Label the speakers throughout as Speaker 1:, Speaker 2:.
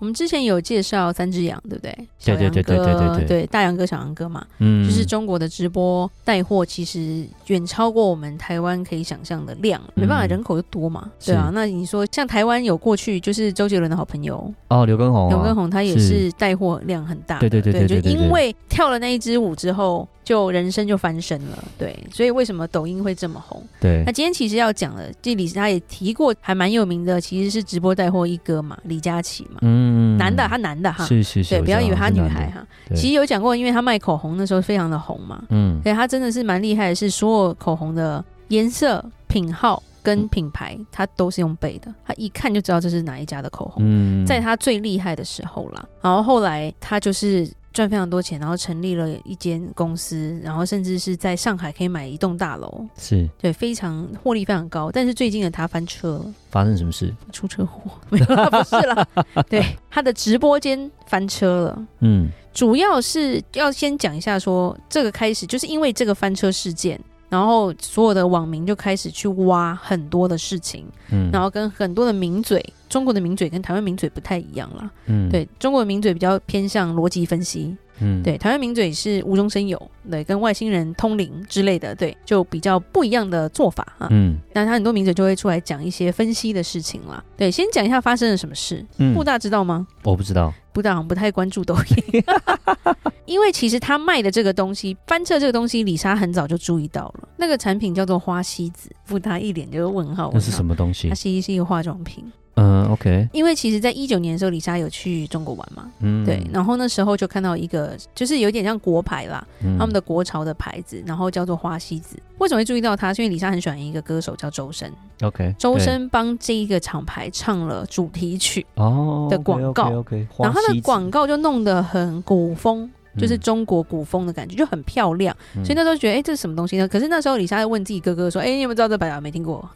Speaker 1: 我们之前有介绍三只羊，对不对？
Speaker 2: 对对对对
Speaker 1: 小羊
Speaker 2: 对
Speaker 1: 哥
Speaker 2: 对对
Speaker 1: 对，大羊哥、小羊哥嘛，
Speaker 2: 嗯
Speaker 1: 就是中国的直播带货，其实远超过我们台湾可以想象的量，没办法，
Speaker 2: 嗯
Speaker 1: 人口又多嘛，对啊
Speaker 2: 是。
Speaker 1: 那你说像台湾有过去就是周杰伦的好朋友
Speaker 2: 哦，刘畊宏、啊，
Speaker 1: 刘畊宏，他也
Speaker 2: 是
Speaker 1: 是带货量很大的，
Speaker 2: 对对对对对
Speaker 1: 就
Speaker 2: 对对
Speaker 1: 因为跳了那一支舞之后，就人生就翻身了，对，所以为什么抖音会这么红？
Speaker 2: 对
Speaker 1: 那，今天其实要讲的，这李他也提过，还蛮有名的，其实是直播带货一哥嘛，李佳琦嘛，
Speaker 2: 嗯
Speaker 1: 男的他男的哈，
Speaker 2: 是是是，
Speaker 1: 对，
Speaker 2: 我
Speaker 1: 不要
Speaker 2: 知
Speaker 1: 以为
Speaker 2: 道
Speaker 1: 他
Speaker 2: 是
Speaker 1: 女
Speaker 2: 男的
Speaker 1: 孩哈，
Speaker 2: 对
Speaker 1: 其实有讲过，因为他卖口红的时候非常的红嘛，
Speaker 2: 嗯，
Speaker 1: 对他真的是蛮厉害的，是所有口红的颜色、品号跟
Speaker 2: 嗯
Speaker 1: 品牌，他都是用背的，他一看就知道这是哪一家的口红。
Speaker 2: 嗯，
Speaker 1: 在他最厉害的时候啦。然后后来他就是赚非常多钱，然后成立了一间公司，然后甚至是在上海可以买一栋大楼，
Speaker 2: 是
Speaker 1: 对，非常获利非常高。但是最近的他翻车了，
Speaker 2: 发生什么事？
Speaker 1: 出车祸，没有啦不是啦， 对，他的直播间翻车了。
Speaker 2: 嗯
Speaker 1: 主要是要先讲一下说，这个开始就是因为这个翻车事件，然后所有的网民就开始去挖很多的事情，
Speaker 2: 嗯，
Speaker 1: 然后跟很多的名嘴，中国的名嘴跟台湾名嘴不太一样啦。
Speaker 2: 嗯，
Speaker 1: 对，中国的名嘴比较偏向逻辑分析，
Speaker 2: 嗯
Speaker 1: 对，台湾名嘴是无中生有，对，跟外星人通灵之类的，对，就比较不一样的做法啊。
Speaker 2: 嗯
Speaker 1: 那他很多名嘴就会出来讲一些分析的事情啦。对，先讲一下发生了什么事，
Speaker 2: 嗯
Speaker 1: 布，大知道吗？
Speaker 2: 我不知道，
Speaker 1: 布大好像不太关注抖音， 因为其实他卖的这个东西，翻车这个东西，李莎很早就注意到了。那个产品叫做花西子，布大一脸就是问号。
Speaker 2: 那是什
Speaker 1: 么？
Speaker 2: 么东西
Speaker 1: 它？是一是一个化妆品，
Speaker 2: 嗯，OK，
Speaker 1: 因为其实在一九年的时候，李莎有去中国玩嘛，
Speaker 2: 嗯，
Speaker 1: 对，然后那时候就看到一个，就是有点像国牌啦，
Speaker 2: 嗯
Speaker 1: 他们的国潮的牌子，然后叫做花西子。为什么会注意到它？是因为李莎很喜欢一个歌手叫周深，
Speaker 2: OK，
Speaker 1: 周
Speaker 2: 对
Speaker 1: 深帮这一个厂牌唱了主题曲，
Speaker 2: 哦
Speaker 1: 的广告
Speaker 2: ，OK，
Speaker 1: 然后它的广告就弄得很古风。
Speaker 2: 嗯
Speaker 1: 就是中国古风的感觉，就很漂亮，所以那时候觉得，哎、这是什么东西呢？可是那时候李莎问自己哥哥说，哎、你有没有知道这牌啊？没听过，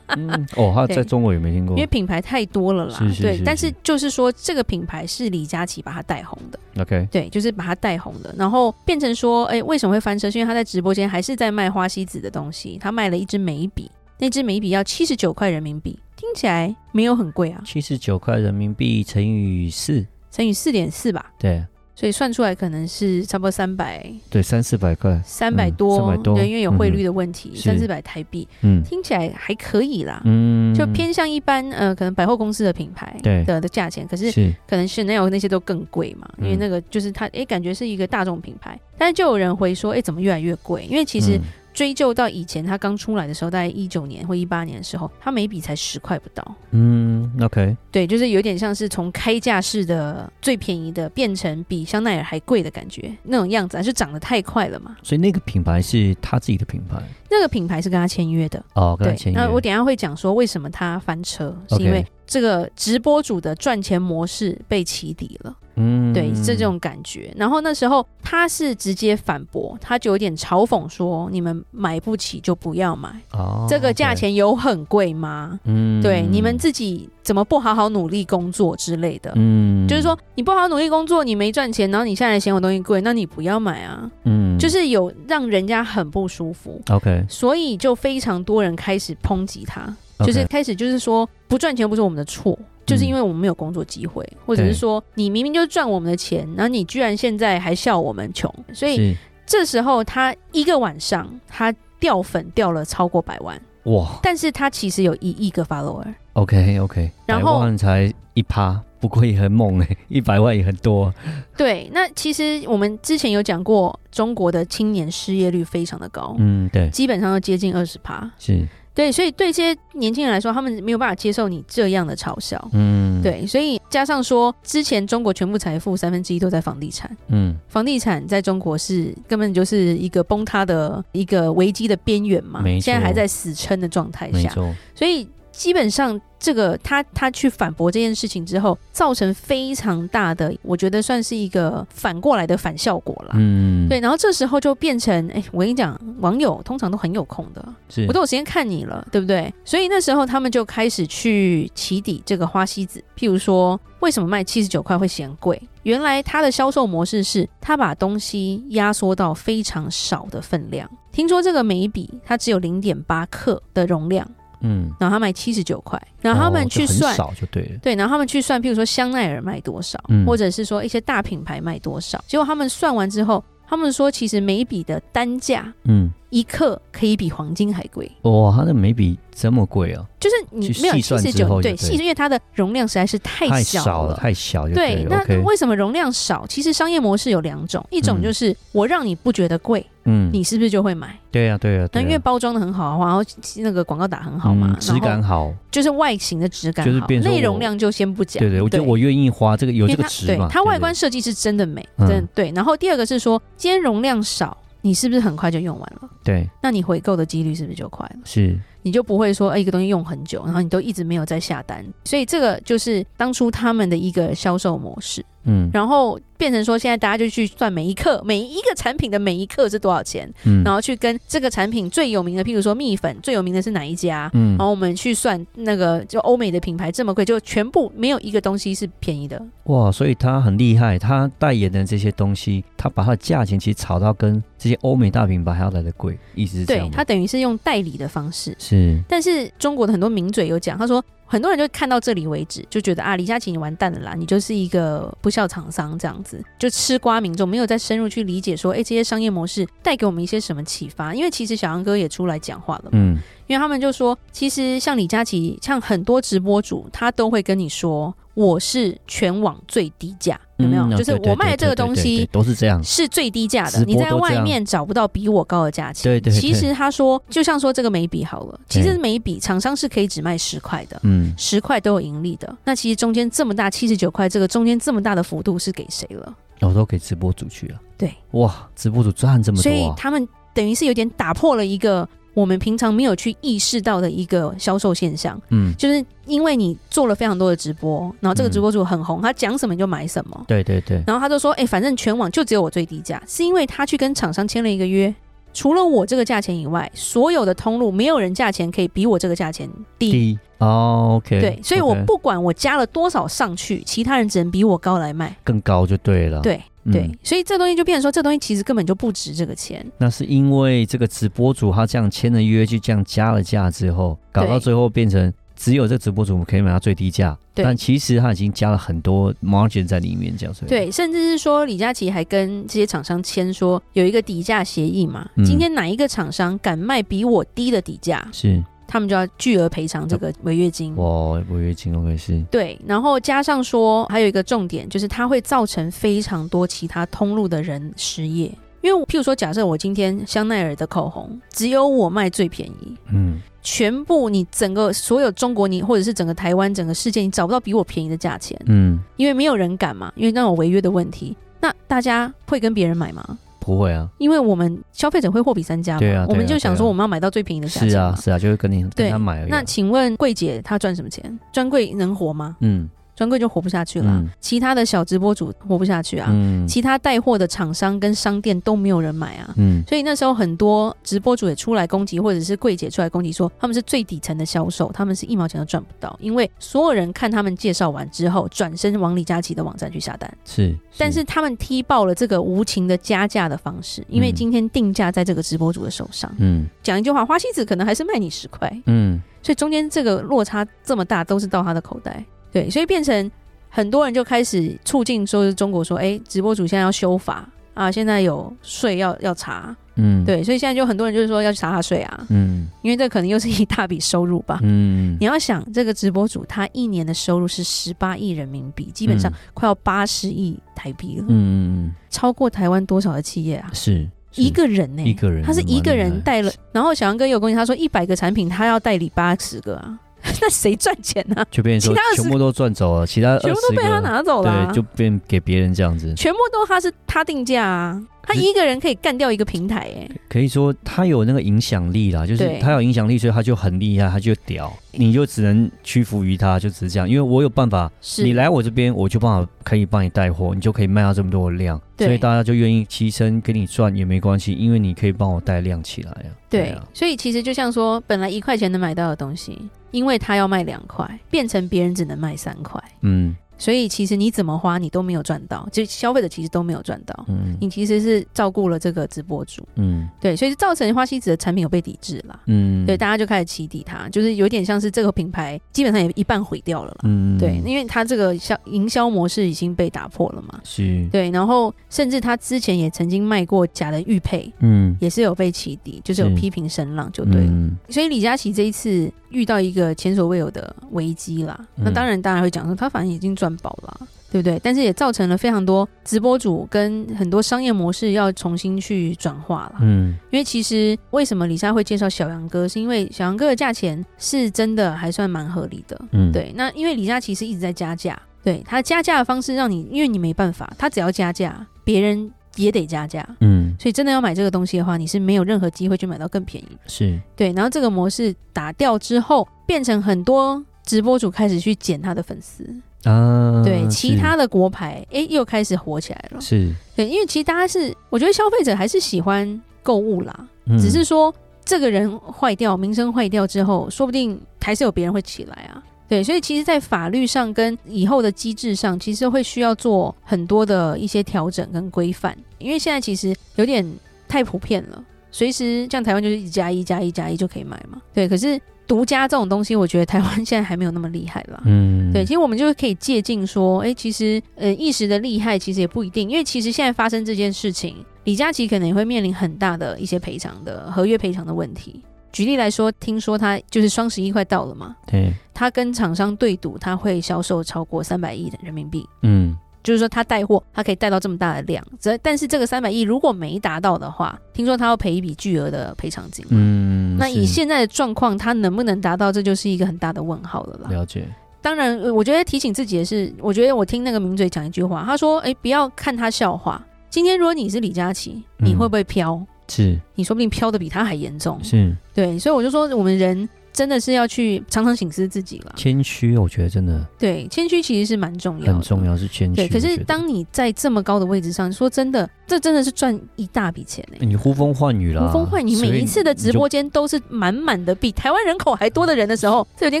Speaker 2: 嗯哦，他
Speaker 1: 啊对
Speaker 2: 在中国也没听过
Speaker 1: 因为品牌太多了啦。
Speaker 2: 是是
Speaker 1: 对，
Speaker 2: 是
Speaker 1: 但
Speaker 2: 是
Speaker 1: 是就是说，这个品牌是李佳琦把它带红的。
Speaker 2: ，OK，
Speaker 1: 对，就是把它带红的，然后变成说，哎，为什么会翻车？是因为他在直播间还是在卖花西子的东西，他卖了一支眉笔，那支眉笔要七十九块人民币，听起来没有很贵啊，
Speaker 2: 七十九块人民币乘以四，
Speaker 1: 乘以四点四吧，
Speaker 2: 对
Speaker 1: 所以算出来可能是差不多三百
Speaker 2: 对，三四百块，
Speaker 1: 三百多，
Speaker 2: 300多
Speaker 1: 对，因为有汇率的问题，
Speaker 2: 嗯
Speaker 1: 三
Speaker 2: 是
Speaker 1: 四百台币，
Speaker 2: 嗯
Speaker 1: 听起来还可以啦。
Speaker 2: 嗯，
Speaker 1: 就偏向一般，呃，可能百货公司的品牌
Speaker 2: 对
Speaker 1: 的的价钱，可是
Speaker 2: 是
Speaker 1: 可能 Chanel 那些都更贵嘛，因为
Speaker 2: 嗯
Speaker 1: 那个就是它，哎、感觉是一个大众品牌，但是就有人回说，哎、怎么越来越贵？因为其实
Speaker 2: 嗯
Speaker 1: 追究到以前它刚出来的时候，大概一九年或一八年的时候，它每笔才十块不到。
Speaker 2: 嗯，OK，
Speaker 1: 对，就是有点像是从开价式的最便宜的变成比香奈儿还贵的感觉那种样子啊，就涨得太快了嘛。
Speaker 2: 所以那个品牌是他自己的品牌
Speaker 1: 那个品牌是跟他签约的，
Speaker 2: 哦，跟他
Speaker 1: 对
Speaker 2: 签。约
Speaker 1: 那我等一下会讲说为什么他翻车，是
Speaker 2: OK
Speaker 1: 因为这个直播主的赚钱模式被起底了。
Speaker 2: 嗯
Speaker 1: 对，这种感觉。然后那时候他是直接反驳，他就有点嘲讽说：“你们买不起就不要买，
Speaker 2: 哦，
Speaker 1: 这个
Speaker 2: OK
Speaker 1: 价，钱有很贵吗？
Speaker 2: 嗯
Speaker 1: 对，你们自己怎么不好好努力工作之类的？
Speaker 2: 嗯
Speaker 1: 就是，说你不好好努力工作，你没赚钱，然后你现在嫌我东西贵，那你不要买啊！
Speaker 2: 嗯，
Speaker 1: 就是有让人家很不舒服，
Speaker 2: OK，
Speaker 1: 所以就非常多人开始抨击他，就是开始就是说不赚钱不是我们的错，
Speaker 2: 嗯
Speaker 1: 就是因为我们没有工作机会，或者是说你明明就是赚我们的钱，然后你居然现在还笑我们穷，所以
Speaker 2: 以
Speaker 1: 这时候他一个晚上他掉粉掉了超过百万，
Speaker 2: 哇
Speaker 1: 但是他其实有一亿个 follower，
Speaker 2: ，OK OK，
Speaker 1: 然
Speaker 2: 百
Speaker 1: 后
Speaker 2: 万才一趴，不过也很猛哎，一百万也很多啊，
Speaker 1: 对，那其实我们之前有讲过，中国的青年失业率非常的高。
Speaker 2: 嗯，对，
Speaker 1: 基本上都接近二十趴，
Speaker 2: 是，
Speaker 1: 对，所以对这些年轻人来说，他们没有办法接受你这样的嘲笑，
Speaker 2: 嗯，，
Speaker 1: 对，所以加上说，之前中国全部财富三分之一都在房地产，
Speaker 2: 嗯
Speaker 1: 房地产在中国是根本就是一个崩塌的一个危机的边缘嘛
Speaker 2: 没，错
Speaker 1: 现在还在死撑的状态
Speaker 2: 没
Speaker 1: 下，
Speaker 2: 错，
Speaker 1: 所以基本上这个他他去反驳这件事情之后，造成非常大的，我觉得算是一个反过来的反效果啦。
Speaker 2: 嗯，
Speaker 1: 对，，然后这时候就变成，哎、我跟你讲，网友通常都很有空的，
Speaker 2: 是
Speaker 1: 我都有时间看你了，对不对？所以那时候他们就开始去起底这个花西子，譬如说，为什么卖七十九块会嫌贵？原来它的销售模式是，它把东西压缩到非常少的分量。听说这个眉笔它只有零点八克的容量，
Speaker 2: 嗯，
Speaker 1: 然后它卖七十九块，然后他们
Speaker 2: 哦
Speaker 1: 去
Speaker 2: 就很
Speaker 1: 算，
Speaker 2: 少就对了，
Speaker 1: 对，然后他们去算，譬如说香奈儿卖多少，
Speaker 2: 嗯
Speaker 1: 或者是说一些大品牌卖多少，结果他们算完之后，他们说其实眉笔的单价
Speaker 2: 嗯，
Speaker 1: 一克可以比黄金还贵。
Speaker 2: 哇，它的眉笔这么贵哦，
Speaker 1: 就是你
Speaker 2: 去
Speaker 1: 没有
Speaker 2: 细
Speaker 1: 七
Speaker 2: 算
Speaker 1: 十
Speaker 2: 之后就
Speaker 1: 九，对，
Speaker 2: 对
Speaker 1: 细算因为它的容量实在是太
Speaker 2: 太
Speaker 1: 小
Speaker 2: 少了，。太小就
Speaker 1: 对，
Speaker 2: 了
Speaker 1: 那
Speaker 2: ，OK，
Speaker 1: 为什么容量少？其实商业模式有两种，一种
Speaker 2: 嗯
Speaker 1: 就是我让你不觉得贵，
Speaker 2: 嗯，
Speaker 1: 你是不是就会买？
Speaker 2: 对呀对呀，
Speaker 1: 那
Speaker 2: 对
Speaker 1: 因为
Speaker 2: 啊
Speaker 1: 包装的很好啊，然后那个广告打很好嘛，
Speaker 2: 嗯
Speaker 1: 然后
Speaker 2: 质感好，
Speaker 1: 就是外形的质感
Speaker 2: 就是
Speaker 1: 好，
Speaker 2: 变成
Speaker 1: 内容
Speaker 2: 我
Speaker 1: 量就先不讲。
Speaker 2: 对对，我觉得我愿意花这个有
Speaker 1: 因
Speaker 2: 这
Speaker 1: 为
Speaker 2: 个
Speaker 1: 它
Speaker 2: 值
Speaker 1: 对
Speaker 2: 嘛，
Speaker 1: 它
Speaker 2: 对
Speaker 1: 外观
Speaker 2: 对
Speaker 1: 设计是真的美，
Speaker 2: 嗯
Speaker 1: 真的对。然后第二个是说，今天容量少，你是不是很快就用完了？
Speaker 2: 对
Speaker 1: 那你回购的几率是不是就快了？
Speaker 2: 是，
Speaker 1: 你就不会说，哎、一个东西用很久，然后你都一直没有在下单，所以这个就是当初他们的一个销售模式，
Speaker 2: 嗯
Speaker 1: 然后变成说现在大家就去算每一克，每一个产品的每一克是多少钱，
Speaker 2: 嗯，
Speaker 1: 然后去跟这个产品最有名的，譬如说蜜粉最有名的是哪一家，
Speaker 2: 嗯
Speaker 1: 然后我们去算那个就欧美的品牌这么贵，就全部没有一个东西是便宜的，
Speaker 2: 哇，所以他很厉害，他代言的这些东西，他把它的价钱其实炒到跟这些欧美大品牌还要来的贵，意思是这样
Speaker 1: 对，
Speaker 2: 吗
Speaker 1: 它等于是用代理的方式，
Speaker 2: 是
Speaker 1: 但是中国的很多名嘴有讲，他说很多人就看到这里为止，就觉得啊，李佳琦你完蛋了啦，你就是一个不孝厂商这样子，就吃瓜民众，没有再深入去理解说，哎、这些商业模式带给我们一些什么启发？因为其实小杨哥也出来讲话了嘛，
Speaker 2: 嗯
Speaker 1: 因为他们就说，其实像李佳琦，像很多直播主，他都会跟你说，我是全网最低价，有没有？
Speaker 2: 嗯啊
Speaker 1: 就是
Speaker 2: 对对
Speaker 1: 我卖的
Speaker 2: 对
Speaker 1: 这个
Speaker 2: 对
Speaker 1: 东
Speaker 2: 对对
Speaker 1: 西
Speaker 2: 都是这样，
Speaker 1: 是最低价的，
Speaker 2: 直播
Speaker 1: 你
Speaker 2: 都
Speaker 1: 在外面找不到比我高的价钱。
Speaker 2: 对对对
Speaker 1: 其实他说，就像说这个眉笔好了，其实眉笔厂商是可以只卖十块的。
Speaker 2: 嗯，
Speaker 1: 十块都有盈利的，那其实中间这么大七十九块，这个中间这么大的幅度是给谁了？
Speaker 2: 我哦都给直播主去了，
Speaker 1: 对，
Speaker 2: 哇，直播主赚这么
Speaker 1: 所以
Speaker 2: 多啊，
Speaker 1: 他们等于是有点打破了一个我们平常没有去意识到的一个销售现象，
Speaker 2: 嗯，
Speaker 1: 就是因为你做了非常多的直播，然后这个
Speaker 2: 嗯
Speaker 1: 直播主很红，他讲什么你就买什么，
Speaker 2: 对对对，
Speaker 1: 然后他就说：“哎、反正全网就只有我最低价，是因为他去跟厂商签了一个约，除了我这个价钱以外，所有的通路没有人价钱可以比我这个价钱低。
Speaker 2: 第一哦，OK，
Speaker 1: 对，所以我
Speaker 2: OK，
Speaker 1: 不管我加了多少上去，其他人只能比我高来卖。
Speaker 2: 更高就对了，
Speaker 1: 对
Speaker 2: 嗯
Speaker 1: 对，所以这东西就变成说，这东西其实根本就不值这个钱。
Speaker 2: 那是因为这个直播主他这样签了约，就这样加了价之后，搞到
Speaker 1: 对
Speaker 2: 最后变成只有这直播主可以买到最低价，
Speaker 1: 对
Speaker 2: 但其实他已经加了很多 margin 在里面，这样子。
Speaker 1: 对，甚至是说李佳琦还跟这些厂商签说有一个底价协议嘛，
Speaker 2: 嗯
Speaker 1: 今天哪一个厂商敢卖比我低的底价，
Speaker 2: 是
Speaker 1: 他们就要巨额赔偿这个违约金。
Speaker 2: 我违约金 OK 是，
Speaker 1: 对，然后加上说，还有一个重点就是它会造成非常多其他通路的人失业。因为我譬如说，假设我今天香奈儿的口红只有我卖最便宜，
Speaker 2: 嗯，
Speaker 1: 全部你整个所有中国你或者是整个台湾整个世界你找不到比我便宜的价钱，
Speaker 2: 嗯，
Speaker 1: 因为没有人敢嘛，因为那种违约的问题，那大家会跟别人买吗？
Speaker 2: 不会啊，
Speaker 1: 因为我们消费者会货比三家嘛，
Speaker 2: 对啊对啊
Speaker 1: 我们就想
Speaker 2: 对
Speaker 1: 说
Speaker 2: 啊
Speaker 1: 我们要买到最便宜的价钱
Speaker 2: 是啊
Speaker 1: 嘛
Speaker 2: 是啊，就会跟你跟
Speaker 1: 对
Speaker 2: 他买而已啊、
Speaker 1: 那请问柜姐她赚什么钱？专柜能活吗？
Speaker 2: 嗯
Speaker 1: 专柜就活不下去了啊、
Speaker 2: 嗯
Speaker 1: 其他的小直播主活不下去啊，
Speaker 2: 嗯
Speaker 1: 其他带货的厂商跟商店都没有人买啊。
Speaker 2: 嗯
Speaker 1: 所以那时候很多直播主也出来攻击，或者是柜姐出来攻击说他们是最底层的销售，他们是一毛钱都赚不到，因为所有人看他们介绍完之后，转身往李佳琦的网站去下单，
Speaker 2: 是，
Speaker 1: 但是他们踢爆了这个无情的加价的方式，因为
Speaker 2: 嗯
Speaker 1: 今天定价在这个直播主的手上，
Speaker 2: 嗯
Speaker 1: 讲一句话，花西子可能还是卖你十块，
Speaker 2: 嗯
Speaker 1: 所以中间这个落差这么大，都是到他的口袋。对，所以变成很多人就开始促进说中国说，哎、直播主现在要修法啊，现在有税要要查，
Speaker 2: 嗯
Speaker 1: 对，所以现在就很多人就是说要去查他税啊，
Speaker 2: 嗯
Speaker 1: 因为这可能又是一大笔收入吧。
Speaker 2: 嗯，
Speaker 1: 你要想，这个直播主他一年的收入是十八亿人民币，基本上快要八十亿台币了，
Speaker 2: 嗯嗯
Speaker 1: 超过台湾多少的企业啊
Speaker 2: 嗯？是是
Speaker 1: 一个人呢、
Speaker 2: 一个人
Speaker 1: 他是一个人带了
Speaker 2: 蛮厉害，
Speaker 1: 然后小杨哥有跟你他说一百个产品他要代理八十个啊， 那谁赚钱 呢、啊？
Speaker 2: 就变成说
Speaker 1: 其他二十
Speaker 2: 全部都赚走了，其他
Speaker 1: 全部都
Speaker 2: 20
Speaker 1: 被他
Speaker 2: 个
Speaker 1: 拿走了啊、
Speaker 2: 对，就变给别人这样子。
Speaker 1: 全部都他是他定价啊，他一个人可以干掉一个平台、欸，哎，
Speaker 2: 可以说他有那个影响力啦，就是
Speaker 1: 对
Speaker 2: 他有影响力，所以他就很厉害，他就屌，你就只能屈服于他，就只是这样。因为我有办法，
Speaker 1: 是
Speaker 2: 你来我这边，我就办法可以帮你带货，你就可以卖到这么多的量，
Speaker 1: 对
Speaker 2: 所以大家就愿意牺牲给你赚也没关系，因为你可以帮我带量起来啊。
Speaker 1: 对，
Speaker 2: 啊，
Speaker 1: 所以其实就像说，本来一块钱能买到的东西，因为他要卖两块，变成别人只能卖三块，
Speaker 2: 嗯
Speaker 1: 所以其实你怎么花你都没有赚到，就消费者其实都没有赚到。
Speaker 2: 嗯
Speaker 1: 你其实是照顾了这个直播主，
Speaker 2: 嗯
Speaker 1: 对，所以造成花西子的产品有被抵制啦，
Speaker 2: 嗯，
Speaker 1: 对，大家就开始起底它，就是有点像是这个品牌基本上也一半毁掉了啦，
Speaker 2: 嗯
Speaker 1: 对，因为它这个销营销模式已经被打破了嘛，
Speaker 2: 是
Speaker 1: 对，然后甚至他之前也曾经卖过假的玉佩，
Speaker 2: 嗯
Speaker 1: 也是有被起底，就是有
Speaker 2: 是
Speaker 1: 批评声浪就对了。
Speaker 2: 嗯
Speaker 1: 所以李佳琦这一次遇到一个前所未有的危机啦，
Speaker 2: 嗯
Speaker 1: 那当然大家会讲说他反正已经赚饱了啊，对不对？但是也造成了非常多直播主跟很多商业模式要重新去转化啦。
Speaker 2: 嗯
Speaker 1: 因为其实为什么李莎会介绍小杨哥，是因为小杨哥的价钱是真的还算蛮合理的。
Speaker 2: 嗯，
Speaker 1: 对，那因为李佳琦是一直在加价，对他加价的方式让你，因为你没办法，他只要加价，别人也得加价，
Speaker 2: 嗯
Speaker 1: 所以真的要买这个东西的话，你是没有任何机会去买到更便宜的。
Speaker 2: 是
Speaker 1: 对，然后这个模式打掉之后，变成很多直播主开始去捡他的粉丝，
Speaker 2: 啊，
Speaker 1: 对，其
Speaker 2: 是
Speaker 1: 他的国牌诶又开始火起来了。
Speaker 2: 是，
Speaker 1: 对，因为其实大家是，我觉得消费者还是喜欢购物啦，
Speaker 2: 嗯
Speaker 1: 只是说这个人坏掉，名声坏掉之后，说不定还是有别人会起来啊。对，所以其实，在法律上跟以后的机制上，其实会需要做很多的一些调整跟规范，因为现在其实有点太普遍了，随时像台湾就是一加一加一加一就可以买嘛。对，可是独家这种东西，我觉得台湾现在还没有那么厉害啦。
Speaker 2: 嗯
Speaker 1: 对，其实我们就可以借鉴说，哎、其实呃一时的厉害其实也不一定，因为其实现在发生这件事情，李佳琦可能也会面临很大的一些赔偿的合约赔偿的问题。举例来说，听说他就是双十一快到了嘛，
Speaker 2: 对
Speaker 1: 他跟厂商对赌，他会销售超过三百亿人民币，
Speaker 2: 嗯
Speaker 1: 就是说他带货，他可以带到这么大的量，只但是这个三百亿如果没达到的话，听说他要赔一笔巨额的赔偿金。
Speaker 2: 嗯，
Speaker 1: 那以
Speaker 2: 是
Speaker 1: 现在的状况，他能不能达到，这就是一个很大的问号了啦。
Speaker 2: 了解，
Speaker 1: 当然，呃我觉得提醒自己的是，我觉得我听那个名嘴讲一句话，他说：“哎、不要看他笑话。今天如果你是李佳琦，
Speaker 2: 嗯
Speaker 1: 你会不会飘？
Speaker 2: 是
Speaker 1: 你说不定飘的比他还严重。
Speaker 2: 是
Speaker 1: 对，所以我就说，我们人真的是要去常常省思自己了。
Speaker 2: 谦虚，我觉得真的
Speaker 1: 对，谦虚其实是蛮重要的，
Speaker 2: 很重。要，是谦
Speaker 1: 对，
Speaker 2: 虚。
Speaker 1: 可
Speaker 2: 我
Speaker 1: 是
Speaker 2: 觉得
Speaker 1: 当你在这么高的位置上，说真的，这真的是赚一大笔钱哎、
Speaker 2: 你呼风唤雨啦，
Speaker 1: 无风唤雨，
Speaker 2: 嗯啊所以
Speaker 1: 每一次的直播
Speaker 2: 你
Speaker 1: 间都是满满的，比台湾人口还多的人的时候，这有点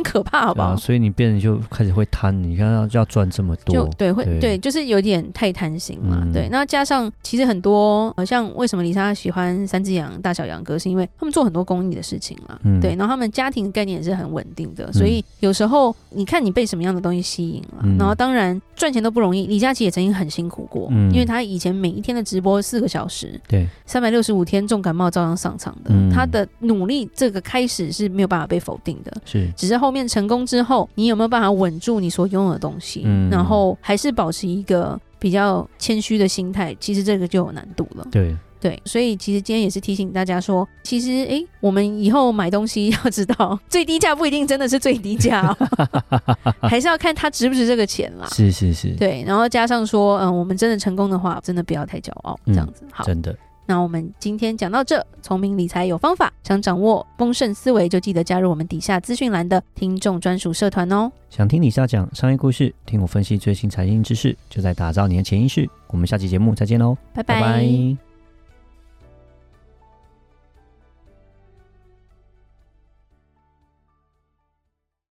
Speaker 1: 可怕，好
Speaker 2: 就
Speaker 1: 不好
Speaker 2: 啊，？所以你变得就开始会贪，你看要要赚这么
Speaker 1: 就
Speaker 2: 多，
Speaker 1: 对，会
Speaker 2: 对
Speaker 1: 对，就是有点太贪心嘛。
Speaker 2: 嗯
Speaker 1: 对，那加上其实很多，好像为什么李莎喜欢三只羊、大小羊哥，是因为他们做很多公益的事情啦。
Speaker 2: 嗯
Speaker 1: 对，然后他们家庭概念也是很稳定的，所以有时候你看你被什么样的东西吸引了，
Speaker 2: 嗯
Speaker 1: 然后当然赚钱都不容易。李佳琦也曾经很辛苦过，
Speaker 2: 嗯
Speaker 1: 因为他以前每一天的直播四个小时，
Speaker 2: 对，
Speaker 1: 三百六十五天重感冒照样上场的，
Speaker 2: 嗯
Speaker 1: 他的努力这个开始是没有办法被否定的。
Speaker 2: 是
Speaker 1: 只是后面成功之后，你有没有办法稳住你所拥有的东西，
Speaker 2: 嗯
Speaker 1: 然后还是保持一个比较谦虚的心态，其实这个就有难度了。
Speaker 2: 对，
Speaker 1: 对，所以其实今天也是提醒大家说，其实诶，我们以后买东西 要知道，最低价不一定真的是最低价、哦， 还是要看它值不值这个钱啦。
Speaker 2: 是是是，
Speaker 1: 对，然后加上说，嗯，我们真的成功的话，真的不要太骄傲，这
Speaker 2: 嗯
Speaker 1: 样子。好，
Speaker 2: 真的，
Speaker 1: 那我们今天讲到这，聪明理财有方法，想掌握丰盛思维，就记得加入我们底下资讯栏的听众专属社团哦。
Speaker 2: 想听李莎讲商业故事，听我分析最新财经知识，就在打造你的潜意识。我们下期节目再见喽，
Speaker 1: 拜拜
Speaker 2: 拜